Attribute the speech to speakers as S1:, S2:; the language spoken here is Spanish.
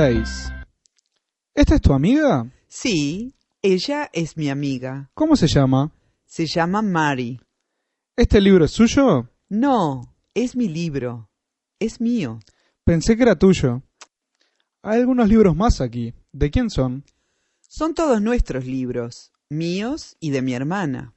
S1: estáis? ¿Esta es tu amiga?
S2: Sí, ella es mi amiga.
S1: ¿Cómo se llama?
S2: Se llama Mari.
S1: ¿Este libro es suyo?
S2: No, es mi libro. Es mío.
S1: Pensé que era tuyo. Hay algunos libros más aquí. ¿De quién son?
S2: Son todos nuestros libros, míos y de mi hermana.